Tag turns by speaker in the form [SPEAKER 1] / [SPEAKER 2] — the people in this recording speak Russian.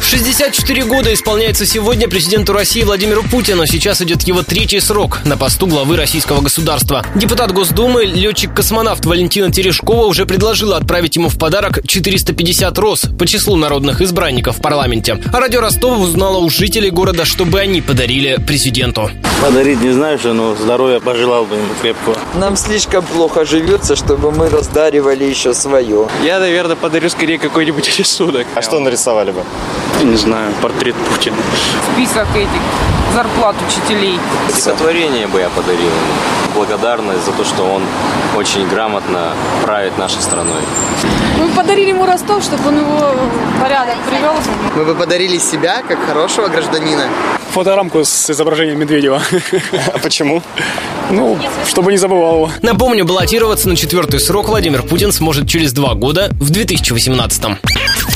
[SPEAKER 1] 64 года исполняется сегодня президенту России Владимиру Путину. Сейчас идет его третий срок на посту главы российского государства. Депутат Госдумы, летчик-космонавт Валентина Терешкова уже предложила отправить ему в подарок 450 роз по числу народных избранников в парламенте. А радио Ростова узнала у жителей города, чтобы они подарили президенту.
[SPEAKER 2] Подарить не знаю, что, но здоровья пожелал бы ему крепкого.
[SPEAKER 3] Нам слишком плохо живется, чтобы мы раздаривали еще свое.
[SPEAKER 4] Я, наверное, подарю скорее какой-нибудь рисунок.
[SPEAKER 5] А что нарисовали бы?
[SPEAKER 4] Я не знаю, портрет Путина.
[SPEAKER 6] Список этих зарплат учителей.
[SPEAKER 7] Стихотворение бы я подарил ему. Благодарность за то, что он очень грамотно правит нашей страной.
[SPEAKER 8] Мы подарили ему Ростов, чтобы он его в порядок привел.
[SPEAKER 9] Мы бы подарили себя, как хорошего гражданина.
[SPEAKER 4] Фоторамку с изображением Медведева.
[SPEAKER 5] А почему?
[SPEAKER 4] Ну, чтобы не забывал его.
[SPEAKER 1] Напомню, баллотироваться на четвертый срок Владимир Путин сможет через два года в 2018 -м.